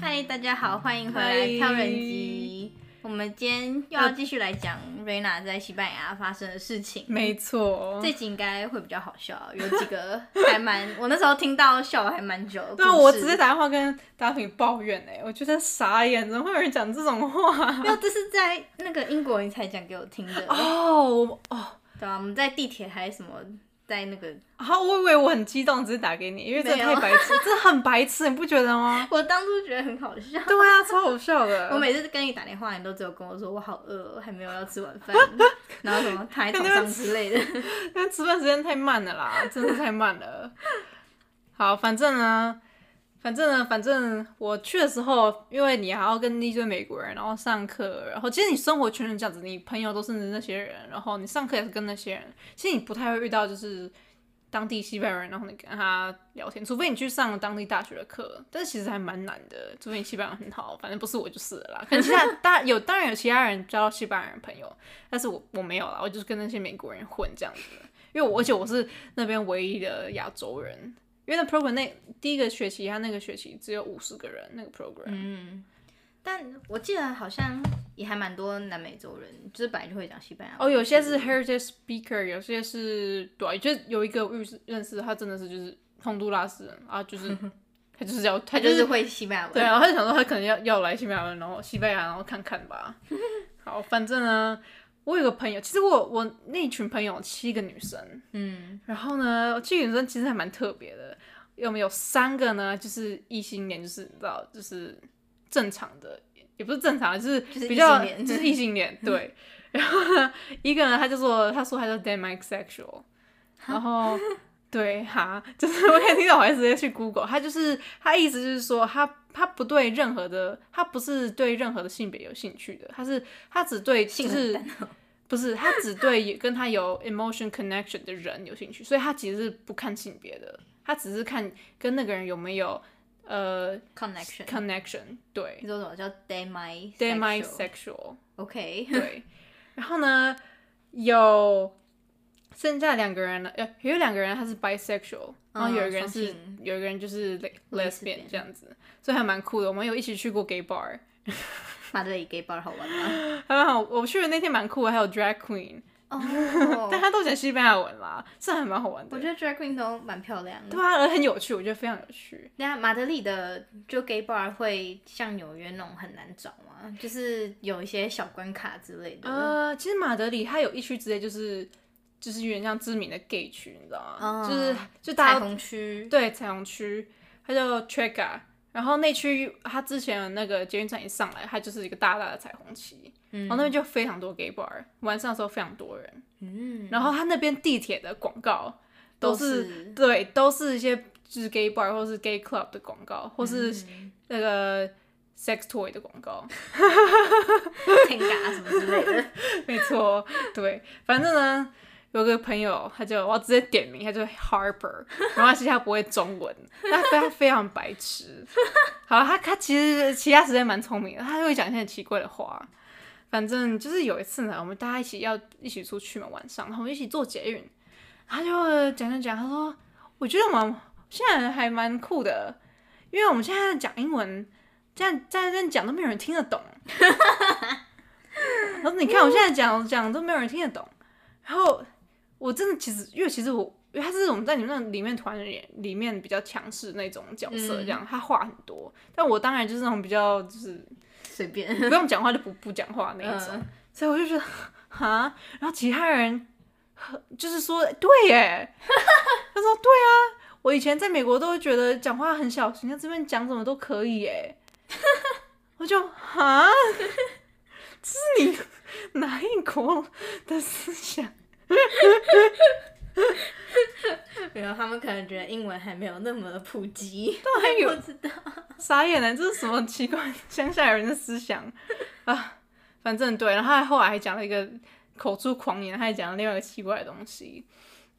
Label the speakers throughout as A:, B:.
A: 嗨，大家好，欢迎回来
B: 嗨
A: 跳人机。我们今天又要继续来讲瑞娜在西班牙发生的事情。
B: 没错。
A: 这集应该会比较好笑，有几个还蛮…… 我那时候听到笑了还蛮久的故事。
B: 对啊，我直接打电话跟达平抱怨哎、我觉得傻眼，怎么会有人讲这种话？
A: 没有，这是在那个英国你才讲给我听的。
B: 哦， 我哦，
A: 对啊，我们在地铁还是什么，在那个……
B: 啊，我以为我很激动，只是打给你，因为这
A: 没有
B: 太白 痴，这很白痴，你不觉得吗？
A: 我当初觉得很好 笑。
B: 对啊，超好笑的。
A: 我每次跟你打电话，你都只有跟我说我好饿哦，还没有要吃晚饭，然后什么躺在床上之类的。
B: 因为吃饭时间太慢了啦，真的太慢了。好，反正呢，反正呢，反正我去的时候，因为你还要跟一堆美国人，然后上课，然后其实你生活圈是这样子，你朋友都是那些人，然后你上课也是跟那些人，其实你不太会遇到就是当地西班牙人，然后你跟他聊天，除非你去上当地大学的课，但是其实还蛮难的，除非你西班牙很好，反正不是我就是了啦。可能其他大有当然有其他人交到西班牙人朋友，但是我我没有啦，我就是跟那些美国人混这样子。因为我而且我是那边唯一的亚洲人，因为那 program 那第一个学期，他那个学期只有五十个人，那个 program、
A: 嗯，但我记得好像也还蛮多南美洲人，就是本来就会讲西班牙文。
B: 哦，有些是 heritage speaker，有些是对，就是有一个我认识认识，他真的是就是洪都拉斯人啊，就是 他就是要他
A: 他
B: 就
A: 就是
B: 是
A: 会西班牙文。
B: 对，啊然后他就想说他可能要要来西班牙人，然后西班牙，然后看看 吧。好，反正呢，我有个朋友，其实我我那群朋友七个女生，
A: 嗯，
B: 然后呢，这个女生其实还蛮特别的，我们有三个呢，就是异性恋，就是你知道，就是正常的，也不是正常的，啊就是
A: 是
B: 比较
A: 异性恋
B: 就是异性恋， 对。然后呢，一个呢，他就说，他说他叫 demisexual，然后对哈， 就是我也听到，我还直接去 Google，他就是他意思就是说他。他不对任何的，他不是对任何的性别有兴趣的，他是他只对就
A: 性冷哦
B: 是不是，他只对跟他有 emotion connection 的人有兴趣，所以他其实是不看性别的，他只是看跟那个人有没有呃
A: connection。
B: connection，对
A: 你说什么叫 day my
B: d e m i sexual，
A: OK，
B: 对。然后呢，有剩下两个人呢，呃，有两个人他是 bisexual，然后有一个人是、
A: 双性
B: 有一个人就是 le-
A: Lesbian
B: lesbian 这样子，所以还蛮酷的。我们有一起去过 gay bar，
A: 马德里 gay bar 好玩吗？
B: 还蛮好。我去的那天蛮酷的，还有 drag queen，但
A: 哦，
B: 他都讲西班牙文啦，这还蛮好玩的
A: 我。觉得 drag queen 都蛮漂亮的
B: 对。啊，很有趣，我觉得非常有趣。
A: 对啊，马德里的就 gay bar 会像纽约那种很难找吗？就是有一些小关卡之类的。
B: 呃，其实马德里它有一区直接就是就是有点像知名的 gay 区，你知道吗？
A: 嗯
B: 就是就大
A: 彩
B: 家都
A: 虹区，
B: 对彩虹区，它叫 Trega，然后那区它之前的那个捷运站一上来，它就是一个大大的彩虹旗，然哦后那边就非常多 gay bar，晚上的时候非常多人，
A: 嗯，
B: 然后它那边地铁的广告都
A: 都
B: 是对，都是一些就是 gay bar 或是 gay club 的广告，或是
A: 嗯
B: 那个 sex toy 的广告。
A: 天啊嘎什么之类的。
B: 没错，对，反正呢，有个朋友，他就我要直接点名，他就 Harper，然后其实他不会中文，但他非他非常白痴。好，他他其实其他时间蛮聪明的，他会讲一些很奇怪的话。反正就是有一次呢，我们大家一起要一起出去嘛，晚上，然后我们一起坐捷运，他就讲讲讲，他说我觉得我们现在还蛮酷的，因为我们现在讲英文，这样在这样讲都没有人听得懂。然后你看我现在讲讲都没有人听得懂，然后我真的其实因为其实我因为他是我们在你们那里面团里里面比较强势那种角色，这样、他话很多，但我当然就是那种比较就是
A: 随便。
B: 不用讲话就不不讲话那一种，所以我就觉得 哈，然后其他人呵就是说对耶，他说对啊，我以前在美国都会觉得讲话很小心，在这边讲什么都可以耶，我就哈，这是你 哪一国的思想？
A: 没有，他们可能觉得英文还没有那么的普及，嗯
B: 还 有
A: 我不知道。
B: 傻眼了，这是什么奇怪的乡下人的思想啊？反正对，然后他后来还讲了一个口出狂言，他还讲了另外一个奇怪的东西。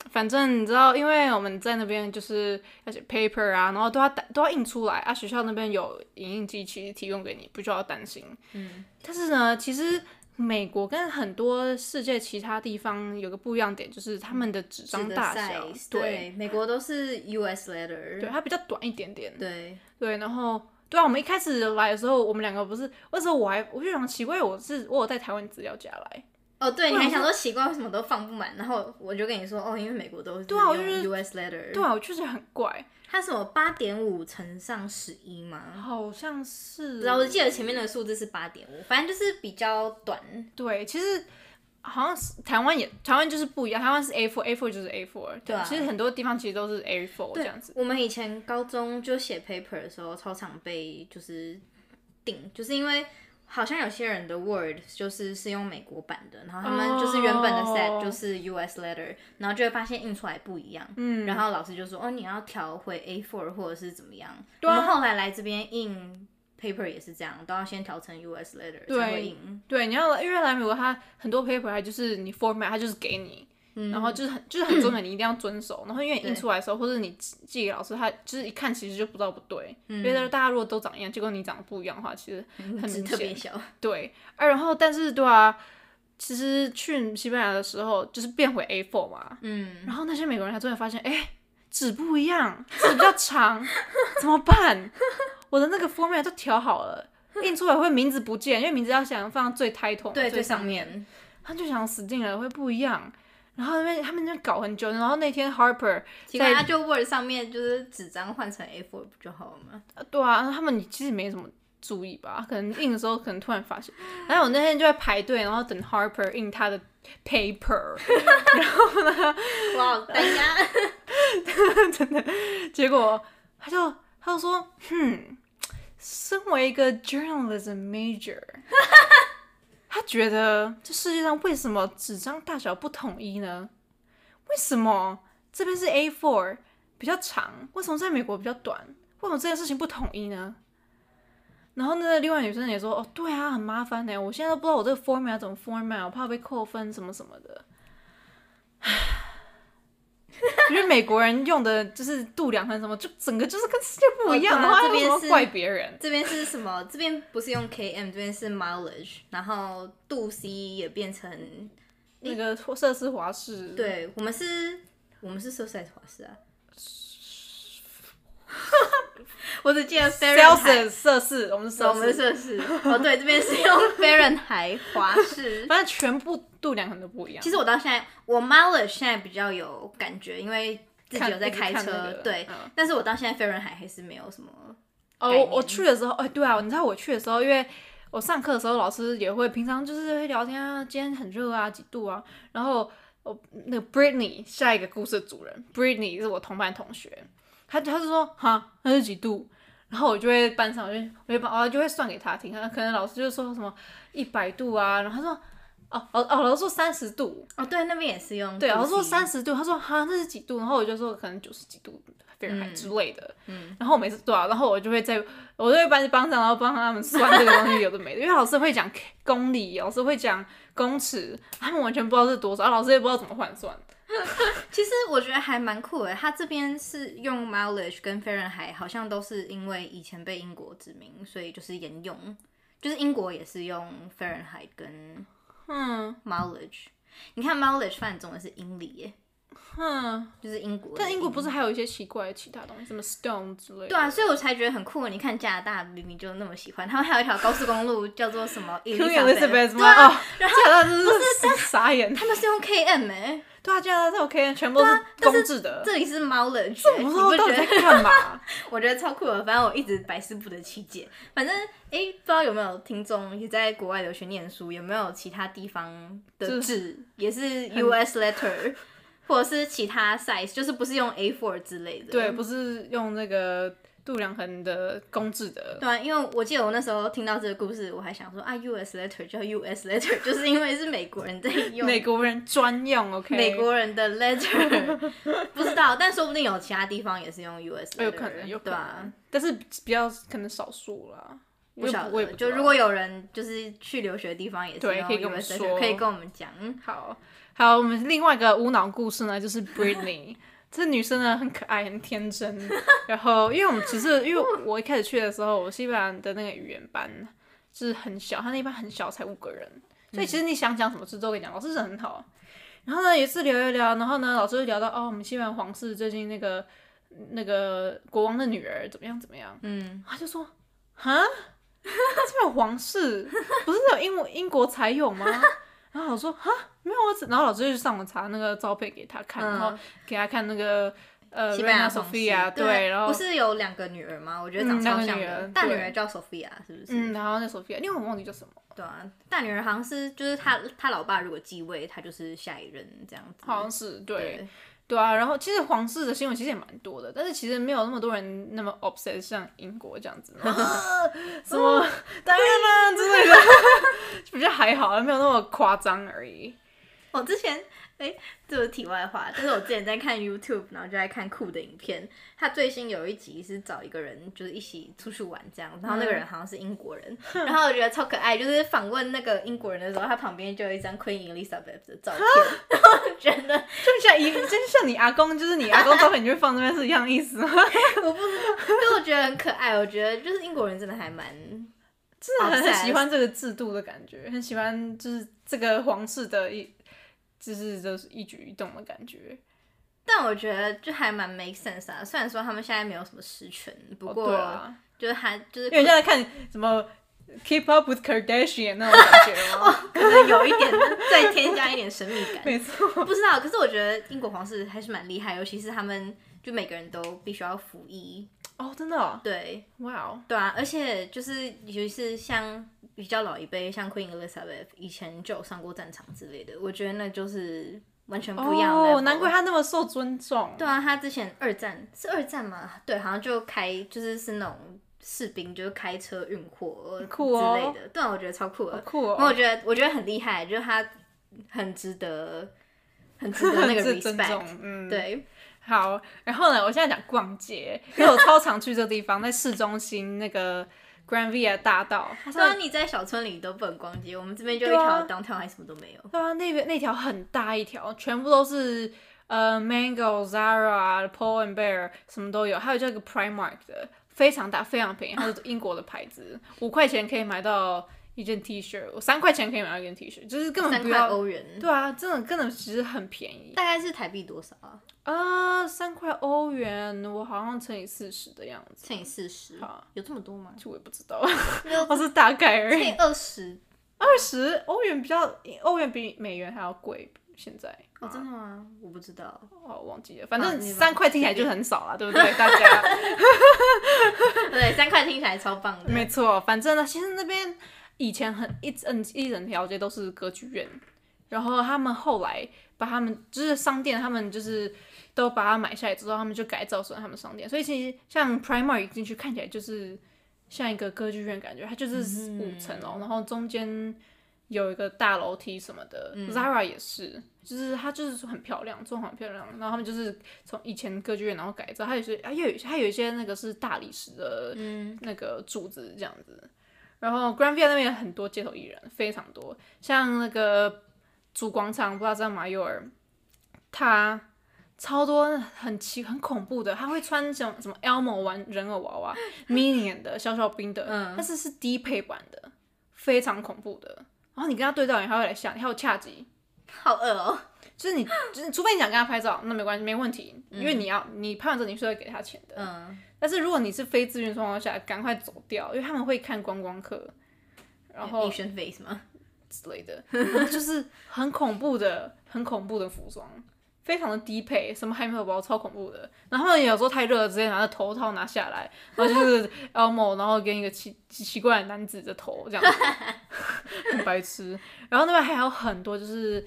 B: 反正你知道，因为我们在那边就是要写 paper 啊，然后都要打都要印出来啊。学校那边有影印机，其实提供给你，不需要担心。
A: 嗯，
B: 但是呢，其实美国跟很多世界其他地方有个不一样点，就是他们的纸张
A: 的
B: 大小，啊
A: size，对，美国都是 US letter，
B: 对，它比较短一点点。
A: 对
B: 对，然后对啊，我们一开始来的时候，我们两个不是那时候我还我就想奇怪，我是我有带台湾资料夹来，
A: 哦，对，你
B: 不然
A: 还想说奇怪为什么都放不满，然后我就跟你说，哦，因为美国都是
B: 对啊我就觉得
A: 用 US letter，
B: 对啊，我确实很怪，
A: 它什么八点五乘上十一嘛，
B: 好像是，
A: 不知道，我记得前面的数字是八点五，反正就是比较短，
B: 对，其实好像是台湾也台湾就是不一样，台湾是 A four，A four 就是 A four，
A: 对啊
B: 其实很多地方其实都是 A four 这样子，
A: 我们以前高中就写 paper 的时候，超常被就是定，就是因为好像有些人的 Word 就是是用美国版的，然后他们就是原本的 set
B: 哦
A: 就是 US letter，然后就会发现印出来不一样。
B: 嗯，
A: 然后老师就说：“哦，你要调回 A4 或者是怎么样？”
B: 对啊
A: 我们后来来这边印 paper 也是这样，都要先调成 US letter
B: 对
A: 才会印。
B: 对，你要因为来美国，它很多 paper 它就是你 format 它就是给你，然
A: 嗯
B: 后就是很就是很重本，你一定要遵守。然后因为你印出来的时候，或者你寄寄给老师，他就是一看其实就不知道不对，
A: 嗯
B: 因为大家如果都长一样，结果你长得不一样的话，其实很
A: 字
B: 明
A: 特别
B: 显。
A: 小，
B: 对，啊，然后但是对啊，其实去西班牙的时候就是变回 A4 嘛，
A: 嗯，
B: 然后那些美国人他突然发现，哎，纸不一样，纸比较长，怎么办？我的那个 format 都调好了，印出来会名字不见，因为名字要想放最 title 嘛
A: 对，
B: 最
A: 最
B: 上
A: 上
B: 面。
A: 面，
B: 他就想死定了，会不一样。然后那边他们就搞很久，然后那天 Harper，
A: 其实他就 Word 上面就是纸张换成 A4 不就好了 吗？
B: 呃对啊，他们其实没什么注意吧，可能印的时候可能突然发现。然后我那天就在排队，然后等 Harper 印他的 paper，
A: 哇，大家。
B: 结果他就他就说，哼、身为一个 journalism major，他觉得这世界上为什么纸张大小不统一呢？为什么这边是 A4 比较长，为什么在美国比较短？为什么这件事情不统一呢？然后呢，另外女生也说，哦，对啊，很麻烦呢，我现在都不知道我这个 format 要怎么 format，我怕被扣分什么什么 的。因为美国人用的就是度量衡什么，就整个就是跟世界不一样的
A: 哦
B: 话，
A: 对啊这
B: 为什
A: 边
B: 么
A: 是
B: 怪别人？
A: 这边是什么？ 这边不是用 km，这边是 mileage，然后度 c 也变成，
B: 那个设施华氏，，
A: 对我们是，我们是 s o c i e t 华氏 啊。我只记得 Fahrenheit，
B: Celsius 摄氏，我们是
A: 对我们
B: 摄氏，
A: 摄氏。哦，对，这边是用 Fahrenheit 华氏。
B: 反正全部度量衡都不一样。
A: 其实我到现在，我 mileage 现在比较有感觉，因为自己
B: 看
A: 有在
B: 一直
A: 开
B: 看
A: 车，
B: 那个
A: 对。
B: 嗯
A: 但是我到现在 Fahrenheit 还是没有什么，概
B: 哦，我
A: 念
B: 我去的时候，哎、对啊，你知道我去的时候，因为我上课的时候，老师也会平常就是会聊天啊，今天很热啊，几度啊，然后我那个 Britney 下一个故事的主人 Britney 是我同班同学，他他就说哈，那是几度？然后我就会班上，我就我就把我就会算给他听，可能老师就说什么一百度啊，然后他说哦哦哦，老师说三十度，
A: 哦，对，那边也是用
B: 对，然后
A: 2C
B: 说三十度，他说哈那是几度，然后我就说可能九十几度斐尔海
A: 嗯
B: 之类的，
A: 嗯，
B: 然后我每次对啊，然后我就会在我就会帮帮上，然后帮他们算这个东西有的没的，因为老师会讲公里，老师会讲公尺，他们完全不知道是多少，啊老师也不知道怎么换算。
A: 其实我觉得还蛮酷的，它这边是用 mileage 跟 Fahrenheit，好像都是因为以前被英国殖民，所以就是沿用，就是英国也是用 Fahrenheit 跟
B: 嗯
A: mileage。你看 mileage 翻译中文是英里耶，
B: 哼，
A: 就是英国的。
B: 但英国不是还有一些奇怪的其他东西，什么 stone 之类的？
A: 对啊，所以我才觉得很酷。你看加拿大明明就那么喜欢，他们还有一条高速公路叫做什 么
B: Queen
A: Elizabeth，
B: Elizabeth 吗？哦，加拿大真是 傻眼。
A: 他们是用 km 哎、
B: 对啊，加拿大在 OK，全部都是公制的，
A: 这里啊是 mileage，
B: 这
A: 欸
B: 我
A: 你
B: 不
A: 不
B: 知道到
A: 觉
B: 底
A: 得
B: 在干嘛。
A: 我觉得超酷的，反正我一直百思不得其解。反正诶，不知道有没有听众也在国外留学念书，有没有其他地方
B: 就
A: 的字也是 US letter，或者 是其他 size，就是不是用 A4 之类的。
B: 对，不是用那个度量衡的公制的。
A: 对啊，因为我记得我那时候听到这个故事，我还想说啊，US letter 叫 US letter，就是 因为是美国人在用。
B: 美国人专用，OK？
A: 美国人的 letter 不知道，但说不定有其他地方也是用 US letter，
B: 有可能，有可
A: 对啊
B: 能，但是比较可能少数啦。
A: 不晓
B: 我也
A: 得，
B: 不知
A: 就
B: 道
A: 如果有人就是去留学的地方也是
B: 对
A: 用
B: 可以跟我们
A: USA
B: 说
A: 可以跟我们讲。嗯
B: 好好，我们另外一个无脑故事呢，就是 Britney。这女生呢很可爱，很天真。然后，因为我们其实因为我一开始去的时候，我西班牙的那个语言班就是很小，他那一班很小，才五个人，所以其实你想讲什么事都可以讲，老师人很好。然后呢，有一次聊一聊，然后呢，老师就聊到哦，我们西班牙皇室最近那个那个国王的女儿怎么样怎么样，
A: 嗯，
B: 他就说哈，这边有皇室， 不是只有英国英国才有吗？然后我说哈，没有啊，然后老师就去上网查那个照片给他看，然后
A: 嗯
B: 给他看那个呃，
A: 西班牙
B: Reina
A: 皇室
B: Sofia，对，然后
A: 不是有两个女儿吗？我觉得长
B: 嗯
A: 超
B: 两个
A: 像
B: 女
A: 的，
B: 儿
A: 大女
B: 对
A: 儿叫 Sophia 是不是？
B: 嗯，然后那 Sofia，因为我忘记叫什么。
A: 对啊，大女儿好像是就是她她老爸如果继位，她就是下一任这样子。
B: 好像是
A: 嗯
B: 对
A: 对
B: 对啊，然后其实皇室的新闻其实也蛮多的，但是其实没有那么多人那么 obsess 像英国这 样子，啊、什么当然 啦之类的，比较还好，没有那么夸张而已。
A: 我之前哎、这是题外话，但是我之前在看 YouTube，然后就在看酷的影片。他最新有一集是找一个人，就是一起出去玩这样，然后
B: 嗯
A: 那个人好像是英国人，然后我觉得超可爱，就是访问那个英国人的时候，他旁边就有一张 Queen Elizabeth 的照片，然后我觉得
B: 就像一， 就像你阿公，就是你阿公照片，你就会放那边是一样意思 吗？
A: 我不知道，就我觉得很可爱，我觉得就是英国人真的还蛮
B: 真的很很
A: Obsessed
B: 喜欢这个制度的感觉，很喜欢就是这个皇室的一，就是就是一举一动的感觉。
A: 但我觉得就还蛮 make sense 啊，虽然说他们现在没有什么实权，不
B: 哦
A: 过、
B: 对啊，
A: 就是还就是
B: 因为现在看什么 Keep Up with Kardashian 那种感 觉吗？
A: 可能有一点 再添加一点神秘 感，
B: 没错，
A: 不知道。可是我觉得英国皇室还是蛮厉害，尤其是他们就每个人都必须要服役，
B: 哦，真的、哦，
A: 对
B: 哇哦，
A: 对啊，而且就是尤其是像比较老一辈，像 Queen Elizabeth 以前就有上过战场之类的，我觉得那就是完全不一样的 level。
B: 哦，难怪他那么受尊重。
A: 对啊，他之前二战是二战吗？对，好像就开就是是那种士兵，就是开车运货
B: 酷哦
A: 之类的。对啊，我觉得超酷
B: 好
A: 的。
B: 酷
A: 然后
B: 哦，
A: 我觉得我觉得很厉害，就是他很值得， 很值得 那个
B: 是尊
A: respect。
B: 重，嗯，。
A: 对，
B: 好，然后呢，我现在讲逛街，因为我超常去这地方，在市中心那个 Grand Via 大道，它
A: 虽
B: 上
A: 然你在小村里都不能逛街，我们这边就一
B: 对
A: 条
B: 啊
A: downtown 还什么都没有。
B: 对啊，那边那条很大一条，全部都是呃 Mango、Zara、Paul and Bear 什么都有，还有这个 Primark 的，非常大，非常便宜，它是英国的牌子，五块钱可以买到一件 T 恤，我三块钱可以买到一件 T 恤，就是根本
A: 三
B: 不
A: 块
B: 要。
A: 欧元，
B: 对啊，真的根本其实很便宜
A: 大概是台币多少啊？
B: 啊，三、块欧元，我好像乘以四十的样子，
A: 乘以四十
B: 好，
A: 有这么多吗？
B: 这我也不知道，
A: 有
B: 我是大概而
A: 乘
B: 已
A: 以。二 十？
B: 二十欧元比较，欧元比美元还要贵，现在。
A: 哦，真的吗？我不知道。
B: 哦，忘记了，反正
A: 你吧
B: 三块听起来就很少了，对不对？大家
A: 对，三块听起来超棒的。
B: 没错，反正呢，其实那边以前很一整一整条街都是歌剧院，然后他们后来把他们就是商店，他们就是都把它买下来之后，他们就改造成他们商店，所以其实像 Primark 进去看起来就是像一个歌剧院感觉，它就是五层楼，然后中间有一个大楼梯什么的、z a r a 也是。就是它就是说很漂亮，装潢很漂亮，然后他们就是从以前歌剧院然后改造，还有一些还有还有一些那个是大理石的
A: 嗯，
B: 那个柱子这样子。然后 Grand Via 那边有很多街头艺人，非常多，像那个主广场布拉扎马尤尔，他超多很奇很恐怖的，他会穿这种什么 Elmo 玩人偶娃娃、Minion 的小小兵的，
A: 嗯
B: 但是是低配版的，非常恐怖的。然后你跟他对到眼，他会来吓你，还有恰吉，
A: 好饿哦。
B: 就是你，就是除非你想跟他拍照，那没关系，没问题，因为你要你拍完照你是会给他钱的，
A: 嗯，
B: 但是如果你是非自愿状况下，赶快走掉，因为他们会看观光客，然后
A: 你选 face 吗？
B: 之类的， 然后就是很恐怖的、很恐怖的服装，非常的低配，什么海绵宝宝超恐怖的。然后他们有时候太热了，直接拿着头套拿下来，然后就是 Elmo，然后跟一个奇奇奇怪的男子的头这样子， 很白痴。然后那边还有很多就是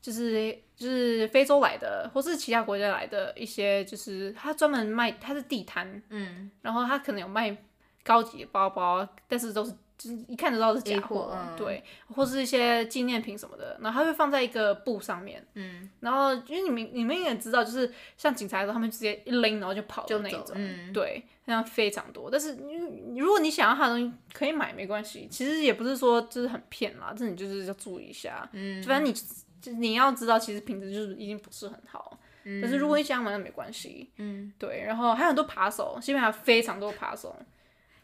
B: 就是就是非洲来的，或是其他国家来的一些，就是他专门卖，他是地摊。
A: 嗯，
B: 然后他可能有卖高级的包包，但是都是就是一看就知道是假货，
A: A 货嗯
B: 对，或是一些纪念品什么的，然后他会放在一个布上面，
A: 嗯，
B: 然后因为你们你们也知道，就是像警察的时候，他们直接一拎，然后就跑
A: 就
B: 的那一
A: 走
B: 种，
A: 嗯
B: 对，那样非常多。但是你如果你想要他的东西，可以买没关系，其实也不是说就是很骗啦，这你就是要注意一下，
A: 嗯，
B: 反正你就你要知道，其实品质就是已经不是很好，
A: 嗯
B: 但是如果你想买那没关系，
A: 嗯，
B: 对，然后还有很多扒手，西班牙非常多扒手。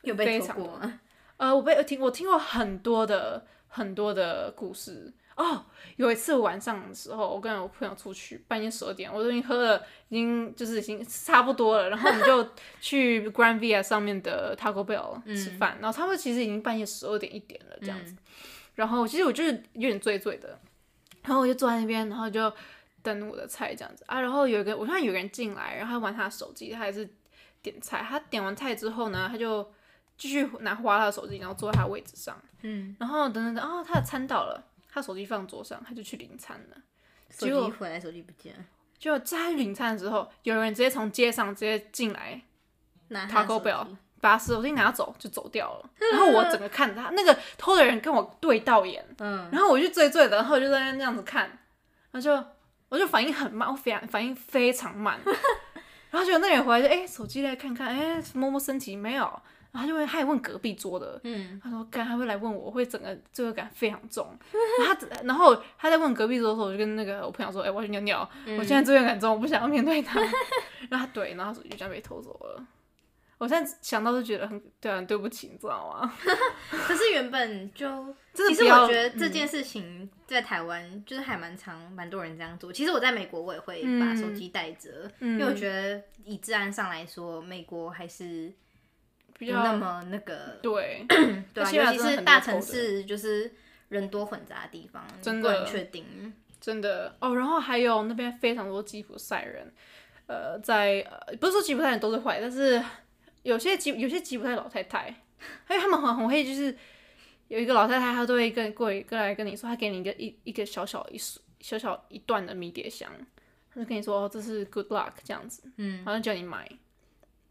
A: 有被
B: 非
A: 偷
B: 常
A: 过吗？
B: 呃呃，我被我听我听过很多的很多的故事哦，哦，有一次晚上的时候，我跟我朋友出去，半夜十二点，我都已经喝了，已经就是已经差不多了，然后我们就去 Grand Via 上面的 Taco Bell 吃饭，然后他们其实已经半夜十二点一点了这样子，然后其实我就是有点醉醉的，然后我就坐在那边，然后就等我的菜这样子啊，然后有一个我看有个人进来，然后他玩他的手机，他也是点菜，他点完菜之后呢，他就继续拿花他的手机，然后坐在他的位置上，嗯，然后等等等，哦，他的餐到了，他手机放桌上，他就去领餐了。
A: 手
B: 结果
A: 机回来，手机不见了，
B: 就在他领餐的时候，有人直接从街上直接进来，
A: 拿他的
B: Taco
A: 手
B: Bell
A: 机
B: 把手机拿走就走掉了。然后我整个看着他，那个偷的人跟我对到眼，
A: 嗯，
B: 然后我就醉醉的，然后我就在那边那样子看，然后就我就反应很慢，我反反应非常慢，然后就那个人回来就哎、手机来看看，哎、摸摸身体没有，然后他就问他也问隔壁桌的，
A: 嗯，
B: 他说干他会来问我，我会整个罪恶感非常重，然后他然后他在问隔壁桌的时候，我就跟那个我朋友说，哎、我要去尿尿，
A: 嗯
B: 我现在罪恶感重，我不想要面对他， 然后他对，然后他手机就这样被偷走了。我现在想到就觉得很对啊，很对不起，你知道吗？
A: 可是原本就，
B: 真的
A: 其
B: 不
A: 实
B: 要嗯
A: 我觉得这件事情在台湾就是还蛮常蛮多人这样做。其实我在美国我也会
B: 嗯
A: 把手机带着，因为我觉得以治安上来说，美国还是不
B: 比较
A: 那么那个，
B: 对，
A: 对啊，
B: 西班
A: 尤
B: 牙
A: 其
B: 真的
A: 是
B: 很
A: 大
B: 多
A: 城
B: 偷的
A: 市就是人多混杂的地方，你
B: 真
A: 不
B: 的
A: 很确定。
B: 真的哦。然后还有那边非常多吉普赛人，呃，在呃不是说吉普赛人都是坏，但是有些吉有些吉普赛老太 太，还有他们很很会，就是有一个老太太，她都会跟过一个来跟你说，她给你一个一一个小小一束小小一段的迷迭香，她就跟你说哦，这是 good luck 这样子，嗯，好像叫你买，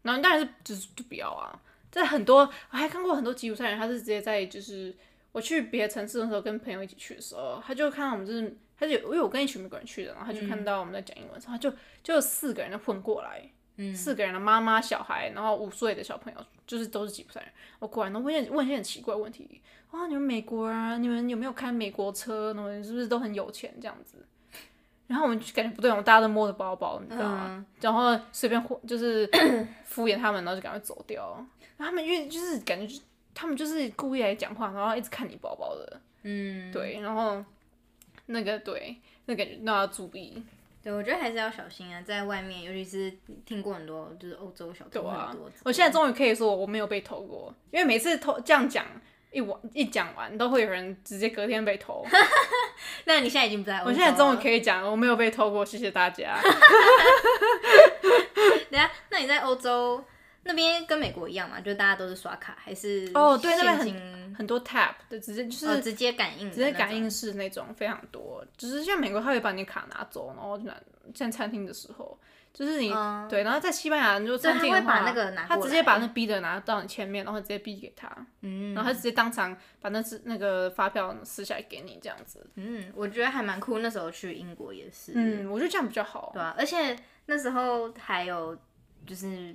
B: 然后你当然是就是就不要啊。在很多我还看过很多吉普赛人，他是直接在就是我去别的城市的时候，跟朋友一起去的时候，他就看到我们就是，他就因为我跟一群美国人去的，然后他就看到我们在讲英文，然后他就就有四个人混过来，嗯，四个人的妈妈、小孩，然后五岁的小朋友，就是都是吉普赛人。我果然都问一些问一些很奇怪的问题，哇，你们美国人啊，你们有没有开美国车？你们是不是都很有钱这样子？然后我们就感觉不对，我们大家都摸着包包，你知道吗？ 然后随便混就是敷衍他们，然后就赶快走掉。然后他们因为就是感觉就他们就是故意来讲话，然后一直看你包包的，
A: 嗯，
B: 对，然后那个对，那感觉那要注意，
A: 对，我觉得还是要小心啊，在外面，尤其是听过很多就是欧洲小偷
B: 对啊
A: 很多之类的，
B: 我现在终于可以说我没有被偷过，因为每次偷这样讲一完一讲完，都会有人直接隔天被 偷。
A: 那你现在已经不在欧洲
B: 我
A: 了，
B: 现在终于可以讲我没有被偷过，谢谢大 家。
A: 等一下，那你在欧洲那边跟美国一样嘛？就大家都是刷卡还是
B: 哦对那边
A: 现
B: 很
A: 金
B: 很多 tap 的直接就是
A: 哦直接感应的那种，
B: 直接感应式那种非常多，只是像美国，他会把你卡拿走，然后就拿像餐厅的时候，就是你、
A: 嗯
B: 对，然后在西班牙，你就餐厅
A: 对
B: 的
A: 他会把
B: 话
A: 那个拿
B: 他
A: 过
B: 直接
A: 来
B: 把那逼的拿到你前面，然后直接逼给他，嗯，然后他直接当场把那只那个发票撕下来给你这样子，
A: 嗯，我觉得还蛮酷。那时候去英国也是，
B: 嗯，我觉得这样比较好，
A: 对啊，而且那时候还有就是。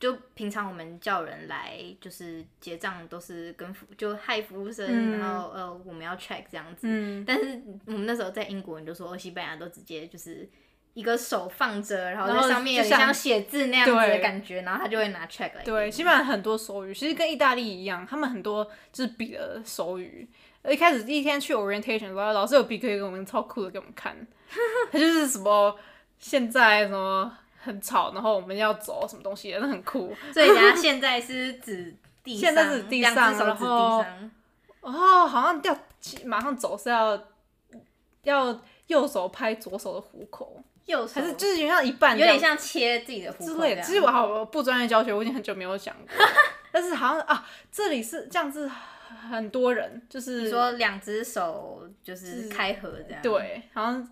A: 就平常我们叫人来，就是结账都是跟服就嗨服务生，
B: 嗯
A: 然后呃我们要 check 这样子。
B: 嗯，
A: 但是我们那时候在英国，你就说哦西班牙都直接就是一个手放着，然后
B: 然后
A: 在上面有
B: 就
A: 点
B: 像
A: 像写字那样子
B: 对
A: 的感觉，然后他就会拿 check 来给
B: 对，西班牙很多手语，其实跟意大利一样，他们很多就是比的手语。一开始第一天去 orientation 的时候，老师有比给我们超酷的给我们 看，他就是什么现在什么很吵，然后我们要走什么东西的，那很酷。
A: 所以人家现在是指地上，
B: 现在是地上
A: 两只手
B: 然
A: 指
B: 后
A: 地上，
B: 哦，好像要马上走是要要右手拍左手的虎口，
A: 右手
B: 还是就是有点像一半
A: 有
B: 这样
A: 点像切自己的虎
B: 之
A: 口
B: 类的。其
A: 这样。
B: 实我好我不专业教学，我已经很久没有讲 过了，但是好像啊，这里是这样子，很多人就是
A: 你说两只手就是开合这样，，
B: 对，好像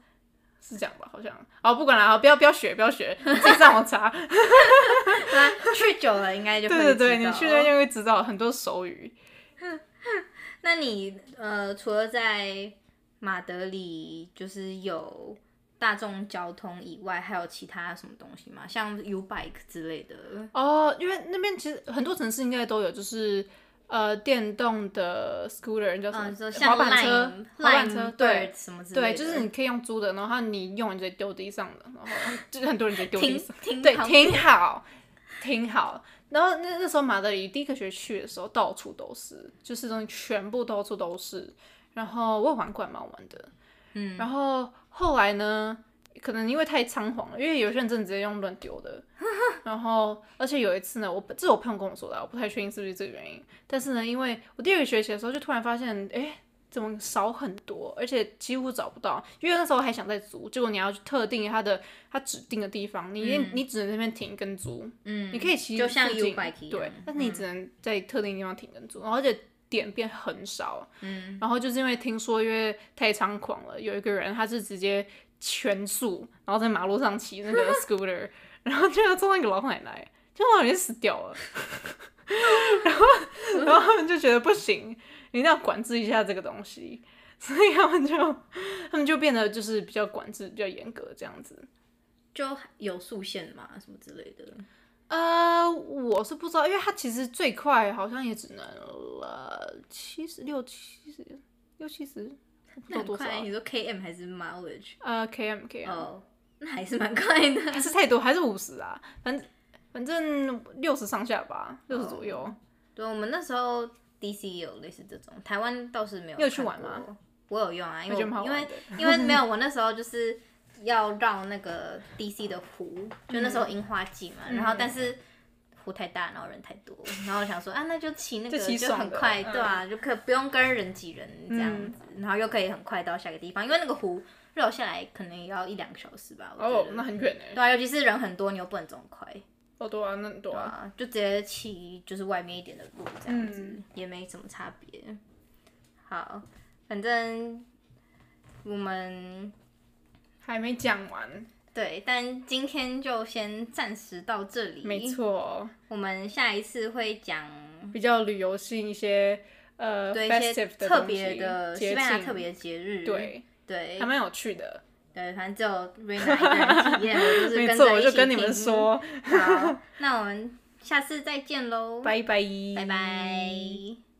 B: 是这样吧，好像。哦，不管了，好不要不要学，不要 学，你自己上网查。
A: 啊去久了应该就
B: 对
A: 会
B: 对对，
A: 知
B: 你
A: 道哦
B: 去那就会知道很多手语。
A: 那你呃，除了在马德里就是有大众交通以外，还有其他什么东西吗？像 U Bike 之类的？
B: 哦，因为那边其实很多城市应该都有，就是呃电动的 scooter 叫什么
A: 嗯，就？
B: 滑
A: 像
B: 板车
A: Lime、、
B: 滑板车，
A: Lime
B: 对
A: Bird 什么之类的，
B: 对，就是你可以用租的，然后你用你直接丢地上的，然后就是很多人直接丢地
A: 停
B: 上。
A: 停
B: 对，
A: 旁
B: 挺好，挺好。然后那那时候马德里第一个学期去的时候，到处都是，就市中心全部到处都是。然后我有玩过，还蛮好玩的。
A: 嗯，
B: 然后后来呢，可能因为太仓皇了，因为有些人真的直接用乱丢的。然后，而且有一次呢，我这是我朋友跟我说的啊，我不太确定是不是这个原因。但是呢，因为我第二个学期的时候就突然发现，哎，怎么少很多，而且几乎找不到。因为那时候还想再租，结果你要去特定它的它指定的地方，你、你只能在那边停跟租。
A: 嗯，
B: 你可以骑
A: 就像
B: 附近
A: U bike 一样嗯
B: 对，但是你只能在特定地方停跟住，然后而且点变很少，嗯，然后就是因为听说因为太猖狂了，有一个人他是直接全速，然后在马路上骑 那个 scooter，然后就要撞到一个老奶奶，就老奶奶死掉了， 然后然后他们就觉得不行，你一定要管制一下这个东西。 所以他们就，他们就变得就是比较管制、比较严格这样子。
A: 就有速限嘛，什么之类的。
B: 呃，我是不知道，因为它其实最快好像也只能呃七十六、七十六、七十，我不知
A: 那
B: 道
A: 很
B: 多少
A: 快，
B: 啊。
A: 你说 km 还是 mileage？
B: 呃，km km、
A: 哦，那还是蛮快的。
B: 还是太多，还是五十啊？反正反正六十上下吧，六十左右。
A: 对，我们那时候 DC 也有类似这种，台湾倒是没有。
B: 你有去玩吗？
A: 我有用啊，因
B: 我
A: 为
B: 觉得蛮好
A: 我因
B: 玩
A: 为
B: 的
A: 因为没 有我那时候就是要绕那个 DC 的湖，就那时
B: 嗯
A: 候樱花季嘛，然后但是。湖太大，然后人太多，然后我想说啊，那就骑那个
B: 就骑爽
A: 很
B: 的
A: 快，
B: 嗯
A: 对啊，就可以不用跟人挤人这样子，然后又可以很快到下个地方，因为那个湖绕下来可能也要一两个小时吧，我觉得。
B: 哦，那很远哎、
A: 对啊，尤其是人很多，你又不能走很快，
B: 哦，对啊，那很多啊。
A: 啊，就直接骑就是外面一点的路这样子，
B: 嗯
A: 也没什么差别。好，反正我们
B: 还没讲完，
A: 对，但今天就先暂时到这里。
B: 没，错，
A: 我们下一次会讲
B: 比较旅游性一些呃
A: 对一
B: festive
A: 些
B: 的
A: 特
B: 东
A: 别
B: 西
A: 的
B: 节
A: 西班牙
B: 庆
A: 特别的节日。
B: 对，
A: 对
B: 还蛮有趣的。
A: 对，反正只有 Rina 一个人体验，我就是
B: 没
A: 跟
B: 错，
A: 着
B: 我
A: 一
B: 就
A: 起
B: 跟你们
A: 听。
B: 说，
A: 好，那我们下次再见喽，
B: 拜拜，
A: 拜拜